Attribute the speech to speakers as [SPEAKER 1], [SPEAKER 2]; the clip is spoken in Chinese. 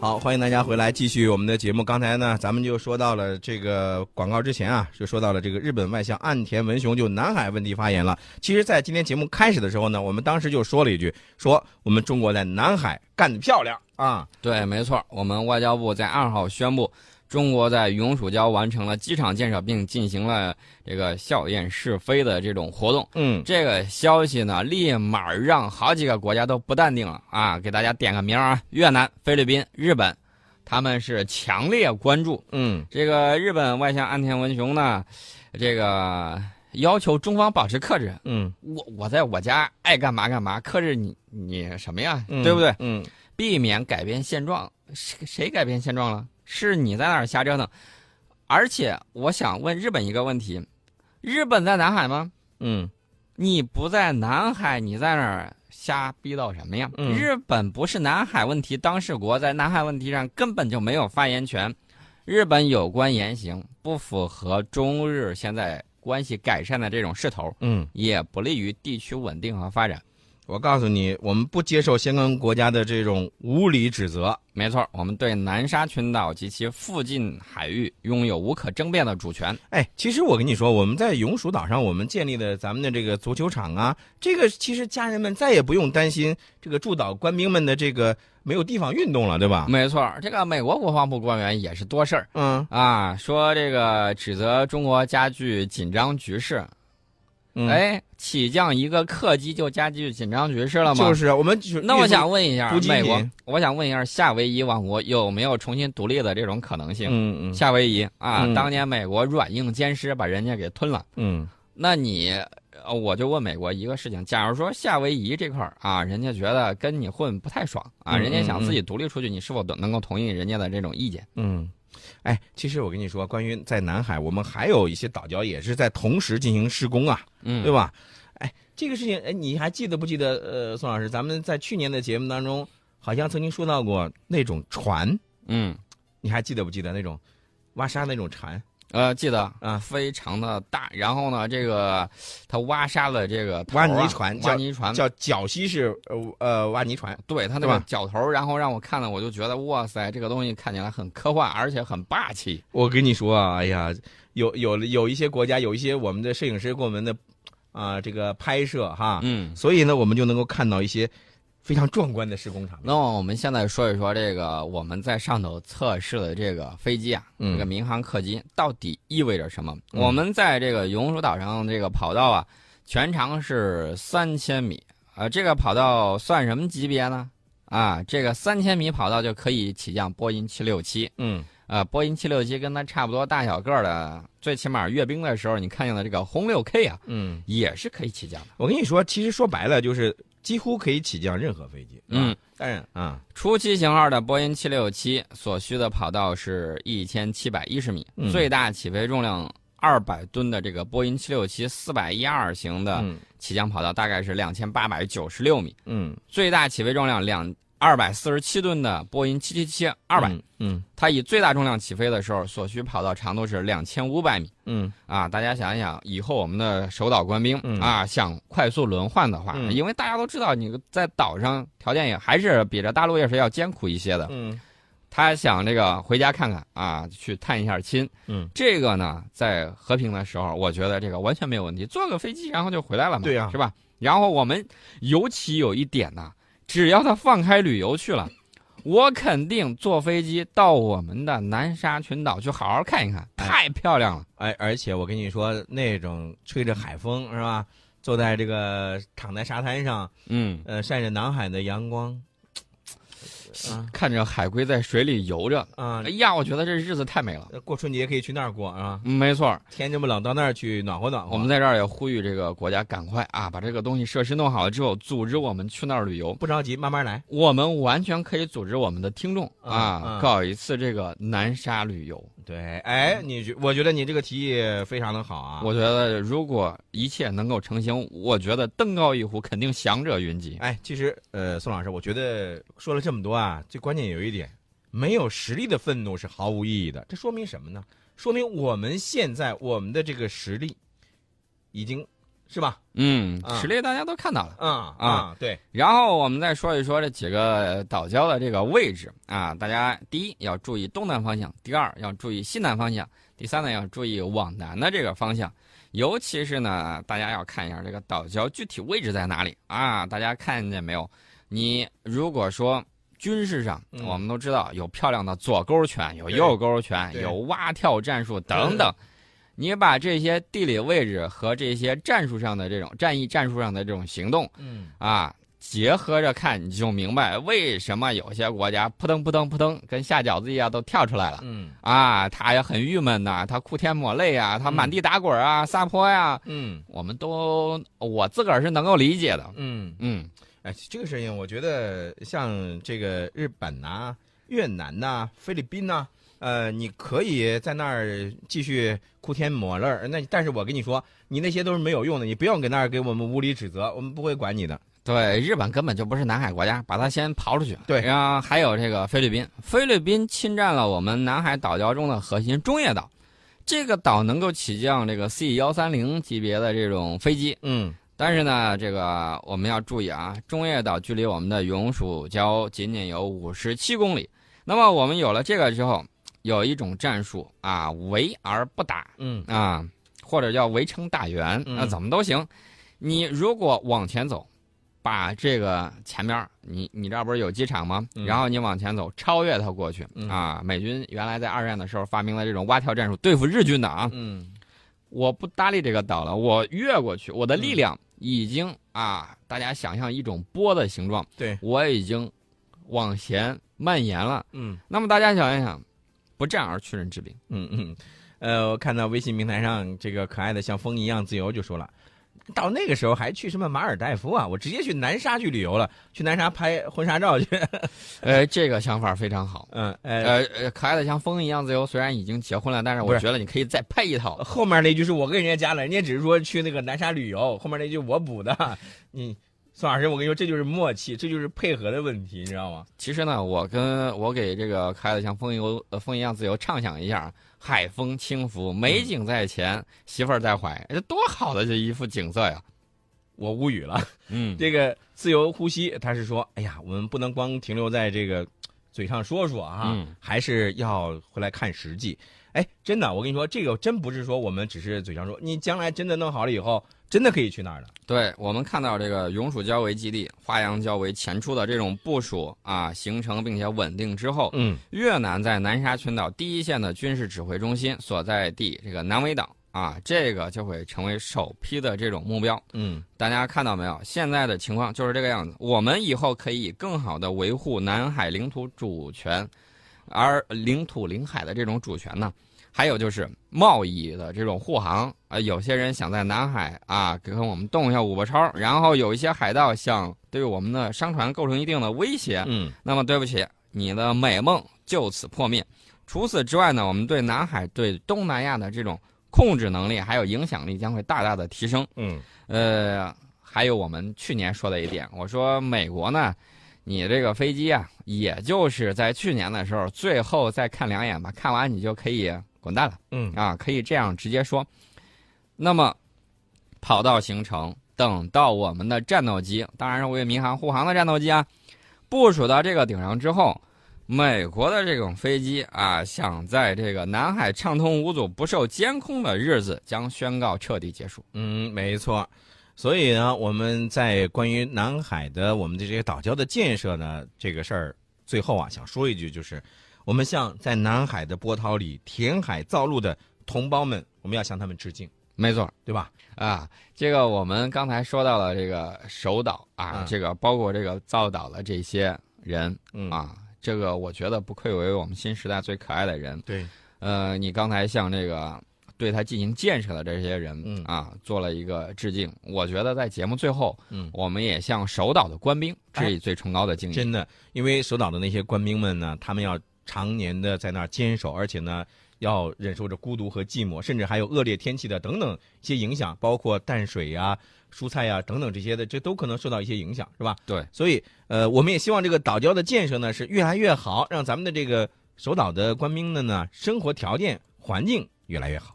[SPEAKER 1] 好，欢迎大家回来，继续我们的节目。刚才呢，咱们就说到了这个广告之前啊，就说到了这个日本外相岸田文雄就南海问题发言了。其实，在今天节目开始的时候呢，我们当时就说了一句，说我们中国在南海干得漂亮啊。
[SPEAKER 2] 对，没错，我们外交部在二号宣布，中国在永暑礁完成了机场建设，并进行了这个校验试飞的这种活动。
[SPEAKER 1] 嗯，
[SPEAKER 2] 这个消息呢，立马让好几个国家都不淡定了啊！给大家点个名啊，越南、菲律宾、日本，他们是强烈关注
[SPEAKER 1] 嗯，
[SPEAKER 2] 这个日本外相岸田文雄呢，这个要求中方保持克制。
[SPEAKER 1] 嗯，
[SPEAKER 2] 我我在我家爱干嘛干嘛，克制你你什么呀？
[SPEAKER 1] 嗯
[SPEAKER 2] 对不对？？
[SPEAKER 1] 嗯，
[SPEAKER 2] 避免改变现状。谁谁改变现状了？是你在那儿瞎折腾。而且我想问日本一个问题：日本在南海吗？
[SPEAKER 1] 嗯，
[SPEAKER 2] 你不在南海，你在那儿瞎逼叨什么呀？
[SPEAKER 1] 嗯
[SPEAKER 2] 日本不是南海问题当事国，在南海问题上根本就没有发言权。日本有关言行不符合中日现在关系改善的这种势头，
[SPEAKER 1] 嗯，
[SPEAKER 2] 也不利于地区稳定和发展。
[SPEAKER 1] 我告诉你，我们不接受相关国家的这种无理指责。
[SPEAKER 2] 没错，我们对南沙群岛及其附近海域拥有无可争辩的主权。
[SPEAKER 1] 哎，其实我跟你说，我们在永暑岛上，我们建立的咱们的这个足球场啊，这个其实家人们再也不用担心这个驻岛官兵们的这个没有地方运动了，对吧？
[SPEAKER 2] 没错，这个美国国防部官员也是多事儿
[SPEAKER 1] 嗯
[SPEAKER 2] 啊，说这个指责中国加剧紧张局势。
[SPEAKER 1] 嗯，，
[SPEAKER 2] 哎，起降一个客机就加剧紧张局势了吗？
[SPEAKER 1] 就是我们
[SPEAKER 2] 那我想问一下
[SPEAKER 1] 毒，鸡
[SPEAKER 2] 美国
[SPEAKER 1] 品，
[SPEAKER 2] 我想问一下夏威夷王国有没有重新独立的这种可能性？
[SPEAKER 1] 嗯嗯
[SPEAKER 2] 夏威夷啊，
[SPEAKER 1] 嗯
[SPEAKER 2] 当年美国软硬兼施把人家给吞了。
[SPEAKER 1] 嗯
[SPEAKER 2] 那你，呃我就问美国一个事情：，假如说夏威夷这块儿啊，人家觉得跟你混不太爽啊，
[SPEAKER 1] 嗯
[SPEAKER 2] 人家想
[SPEAKER 1] 嗯
[SPEAKER 2] 自己独立出去，你是否能够同意人家的这种意见？
[SPEAKER 1] 嗯，哎，其实我跟你说，关于在南海，我们还有一些岛礁也是在同时进行施工啊，
[SPEAKER 2] 嗯
[SPEAKER 1] 对吧？哎，这个事情，哎，你还记得不记得？呃，宋老师，咱们在去年的节目当中，好像曾经说到过那种船，
[SPEAKER 2] 嗯，
[SPEAKER 1] 你还记得不记得那种挖沙那种船？
[SPEAKER 2] 呃，记得
[SPEAKER 1] 啊
[SPEAKER 2] 非常的大。然后呢，这个他挖沙了这个头啊
[SPEAKER 1] 挖泥船叫
[SPEAKER 2] 挖泥船，
[SPEAKER 1] 叫绞西式呃呃挖泥船。
[SPEAKER 2] 对他那
[SPEAKER 1] 对
[SPEAKER 2] 个
[SPEAKER 1] 吧
[SPEAKER 2] 绞头，然后让我看了，我就觉得哇塞，这个东西看起来很科幻，而且很霸气。
[SPEAKER 1] 我跟你说啊，哎呀，有有有一些国家，有一些我们的摄影师给我们的啊、这个拍摄哈，
[SPEAKER 2] 嗯，
[SPEAKER 1] 所以呢，我们就能够看到一些非常壮观的施工场面。
[SPEAKER 2] 那么我们现在说一说这个我们在上头测试的这个飞机啊，
[SPEAKER 1] 嗯
[SPEAKER 2] 这个民航客机到底意味着什么？
[SPEAKER 1] 嗯
[SPEAKER 2] 我们在这个永暑岛上这个跑道啊，全长是三千米啊、呃这个跑道算什么级别呢？啊，这个三千米跑道就可以起降波音七六七
[SPEAKER 1] 嗯
[SPEAKER 2] 啊，波音七六七跟它差不多大小个儿的，最起码阅兵的时候你看见的这个轰六 K 啊，
[SPEAKER 1] 嗯，
[SPEAKER 2] 也是可以起降的。
[SPEAKER 1] 我跟你说，其实说白了就是几乎可以起降任何飞机。是吧
[SPEAKER 2] 嗯，
[SPEAKER 1] 当然啊，
[SPEAKER 2] 初期型号的波音767所需的跑道是一千七百一十米，
[SPEAKER 1] 嗯
[SPEAKER 2] 最大起飞重量二百吨的这个波音767四百一二型的
[SPEAKER 1] 嗯
[SPEAKER 2] 起降跑道大概是两千八百九十六米，
[SPEAKER 1] 嗯，
[SPEAKER 2] 最大起飞重量两二百四十七吨的波音777-200，
[SPEAKER 1] 嗯嗯
[SPEAKER 2] 它以最大重量起飞的时候，所需跑道长度是两千五百米。
[SPEAKER 1] 嗯
[SPEAKER 2] 啊，大家想一想，以后我们的守岛官兵、
[SPEAKER 1] 嗯
[SPEAKER 2] 啊，想快速轮换的话，
[SPEAKER 1] 嗯
[SPEAKER 2] 因为大家都知道你在岛上条件也还是比着大陆也是要艰苦一些的。
[SPEAKER 1] 嗯
[SPEAKER 2] 他想这个回家看看啊，去探一下亲。
[SPEAKER 1] 嗯，
[SPEAKER 2] 这个呢，在和平的时候，我觉得这个完全没有问题，坐个飞机然后就回来了嘛，
[SPEAKER 1] 对呀
[SPEAKER 2] 是吧？然后我们尤其有一点呢，只要他放开旅游去了。我肯定坐飞机到我们的南沙群岛去好好看一看，
[SPEAKER 1] 哎
[SPEAKER 2] 太漂亮了。
[SPEAKER 1] 哎，而且我跟你说，那种吹着海风是吧？坐在这个躺在沙滩上，
[SPEAKER 2] 嗯，
[SPEAKER 1] 呃，晒着南海的阳光，啊
[SPEAKER 2] 看着海龟在水里游着，
[SPEAKER 1] 啊
[SPEAKER 2] 哎，呀，我觉得这日子太美了。
[SPEAKER 1] 过春节可以去那儿过啊，
[SPEAKER 2] 嗯没错儿，
[SPEAKER 1] 天这么冷，到那儿去暖和暖和。
[SPEAKER 2] 我们在这儿也呼吁这个国家赶快啊，把这个东西设施弄好了之后，组织我们去那儿旅游。
[SPEAKER 1] 不着急，慢慢来。
[SPEAKER 2] 我们完全可以组织我们的听众
[SPEAKER 1] 嗯
[SPEAKER 2] 啊
[SPEAKER 1] 嗯，
[SPEAKER 2] 搞一次这个南沙旅游。
[SPEAKER 1] 对，哎，你觉我觉得你这个提议非常的好啊。
[SPEAKER 2] 我觉得如果一切能够成型，我觉得登高一呼，肯定翔者云集。
[SPEAKER 1] 哎，其实呃，宋老师，我觉得说了这么多啊，最关键有一点，没有实力的愤怒是毫无意义的。这说明什么呢？说明我们现在我们的这个实力已经是吧？
[SPEAKER 2] 嗯
[SPEAKER 1] 啊，
[SPEAKER 2] 实力大家都看到了。
[SPEAKER 1] 嗯啊，对，
[SPEAKER 2] 然后我们再说一说这几个岛礁的这个位置啊，大家第一要注意东南方向，第二要注意西南方向，第三呢要注意往南的这个方向，尤其是呢，大家要看一下这个岛礁具体位置在哪里啊，大家看见没有？你如果说军事上，
[SPEAKER 1] 嗯
[SPEAKER 2] 我们都知道有漂亮的左勾拳，有右勾拳，
[SPEAKER 1] 对
[SPEAKER 2] 有蛙跳战术等等。你把这些地理位置和这些战术上的这种战役战术上的这种行动，
[SPEAKER 1] 嗯，
[SPEAKER 2] 啊，结合着看你就明白为什么有些国家扑腾扑腾扑腾，跟下饺子一样都跳出来了
[SPEAKER 1] 嗯
[SPEAKER 2] 啊！他也很郁闷呐、他哭天抹泪啊，他满地打滚啊，撒泼呀、
[SPEAKER 1] 嗯
[SPEAKER 2] 我们都我自个儿是能够理解的，
[SPEAKER 1] 嗯，
[SPEAKER 2] 嗯
[SPEAKER 1] 哎，这个事情我觉得像这个日本呐、越南呐、菲律宾呐、呃，你可以在那儿继续哭天抹泪儿，那但是我跟你说，你那些都是没有用的，你不用给那儿给我们无理指责，我们不会管你的。
[SPEAKER 2] 对，日本根本就不是南海国家，把它先刨出去。
[SPEAKER 1] 对
[SPEAKER 2] 然后还有这个菲律宾，菲律宾侵占了我们南海岛礁中的核心中业岛，这个岛能够起降这个 C 幺三零级别的这种飞机，
[SPEAKER 1] 嗯
[SPEAKER 2] 但是呢，这个我们要注意啊，中业岛距离我们的永暑礁仅仅有五十七公里。那么我们有了这个之后，有一种战术啊，围而不打
[SPEAKER 1] 嗯
[SPEAKER 2] 啊，或者叫围城打援，
[SPEAKER 1] 嗯
[SPEAKER 2] 那、怎么都行。你如果往前走，把这个前面儿你你这儿不是有机场吗？
[SPEAKER 1] 嗯
[SPEAKER 2] 然后你往前走，超越它过去、
[SPEAKER 1] 嗯
[SPEAKER 2] 啊。美军原来在二战的时候发明了这种蛙跳战术，对付日军的啊。
[SPEAKER 1] 嗯
[SPEAKER 2] 我不搭理这个岛了，我越过去，我的
[SPEAKER 1] 嗯
[SPEAKER 2] 力量已经、啊，大家想象一种波的形状，
[SPEAKER 1] 对
[SPEAKER 2] 我已经往前蔓延了。
[SPEAKER 1] 嗯
[SPEAKER 2] 那么大家想一想，不战而屈人之兵，
[SPEAKER 1] 嗯嗯，呃，我看到微信平台上这个可爱的像风一样自由就说了。到那个时候还去什么马尔代夫啊？我直接去南沙去旅游了，去南沙拍婚纱照去。
[SPEAKER 2] 呃，这个想法非常好。
[SPEAKER 1] 嗯，呃，
[SPEAKER 2] 呃呃，可爱的像风一样自由，虽然已经结婚了，但是
[SPEAKER 1] 不
[SPEAKER 2] 我
[SPEAKER 1] 是
[SPEAKER 2] 觉得你可以再拍一套。
[SPEAKER 1] 后面那句是我跟人家加了，人家只是说去那个南沙旅游，后面那句我补的。你宋老师，我跟你说，这就是默契，这就是配合的问题，你知道吗？
[SPEAKER 2] 其实呢，我跟我给这个可爱的像风游呃风一样自由畅想一下，啊海风轻拂，
[SPEAKER 1] 嗯
[SPEAKER 2] 美景在前，媳妇儿在怀，这多好的这一幅景色呀！
[SPEAKER 1] 我无语了。
[SPEAKER 2] 嗯，
[SPEAKER 1] 这个自由呼吸，他是说，哎呀，我们不能光停留在这个嘴上说说啊，
[SPEAKER 2] 嗯
[SPEAKER 1] 还是要回来看实际。哎，真的，我跟你说，这个真不是说我们只是嘴上说，你将来真的弄好了以后，真的可以去那儿的。
[SPEAKER 2] 对我们看到这个永暑礁为基地、华阳礁为前出的这种部署啊，形成并且稳定之后，
[SPEAKER 1] 嗯
[SPEAKER 2] 越南在南沙群岛第一线的军事指挥中心所在地这个南威岛啊，这个就会成为首批的这种目标。
[SPEAKER 1] 嗯
[SPEAKER 2] 大家看到没有？现在的情况就是这个样子。我们以后可以更好的维护南海领土主权，而领土领海的这种主权呢，还有就是贸易的这种护航啊、有些人想在南海啊跟我们动一下五八超，然后有一些海盗想对我们的商船构成一定的威胁，
[SPEAKER 1] 嗯
[SPEAKER 2] 那么对不起，你的美梦就此破灭。除此之外呢，我们对南海、对东南亚的这种控制能力还有影响力将会大大的提升。
[SPEAKER 1] 嗯
[SPEAKER 2] 呃，还有我们去年说的一点，我说美国呢，你这个飞机啊，也就是在去年的时候，最后再看两眼吧，看完你就可以滚蛋了
[SPEAKER 1] 嗯
[SPEAKER 2] 啊，可以这样直接说。那么，跑道形成，等到我们的战斗机，当然是为民航护航的战斗机啊，部署到这个顶上之后。美国的这种飞机啊，想在这个南海畅通无阻、不受监控的日子将宣告彻底结束。
[SPEAKER 1] 嗯，没错。所以呢，我们在关于南海的我们的这些岛礁的建设呢，这个事儿，最后啊，想说一句，就是我们向在南海的波涛里填海造陆的同胞们，我们要向他们致敬，
[SPEAKER 2] 没错，
[SPEAKER 1] 对吧？
[SPEAKER 2] 啊，这个我们刚才说到了这个守岛啊，
[SPEAKER 1] 嗯
[SPEAKER 2] 这个包括这个造岛的这些人
[SPEAKER 1] 嗯，
[SPEAKER 2] 啊，这个我觉得不愧为我们新时代最可爱的人。
[SPEAKER 1] 对，
[SPEAKER 2] 呃，你刚才向这个对他进行建设的这些人、
[SPEAKER 1] 嗯
[SPEAKER 2] 啊，做了一个致敬。我觉得在节目最后，
[SPEAKER 1] 嗯哎
[SPEAKER 2] 我们也向守岛的官兵致以最崇高的敬意。
[SPEAKER 1] 真的，因为守岛的那些官兵们呢，他们要常年的在那儿坚守，而且呢，要忍受着孤独和寂寞，甚至还有恶劣天气的等等一些影响，包括淡水呀、蔬菜呀、等等这些的，这都可能受到一些影响，是吧？
[SPEAKER 2] 对，
[SPEAKER 1] 所以呃，我们也希望这个岛礁的建设呢是越来越好，让咱们的这个守岛的官兵们呢生活条件环境越来越好。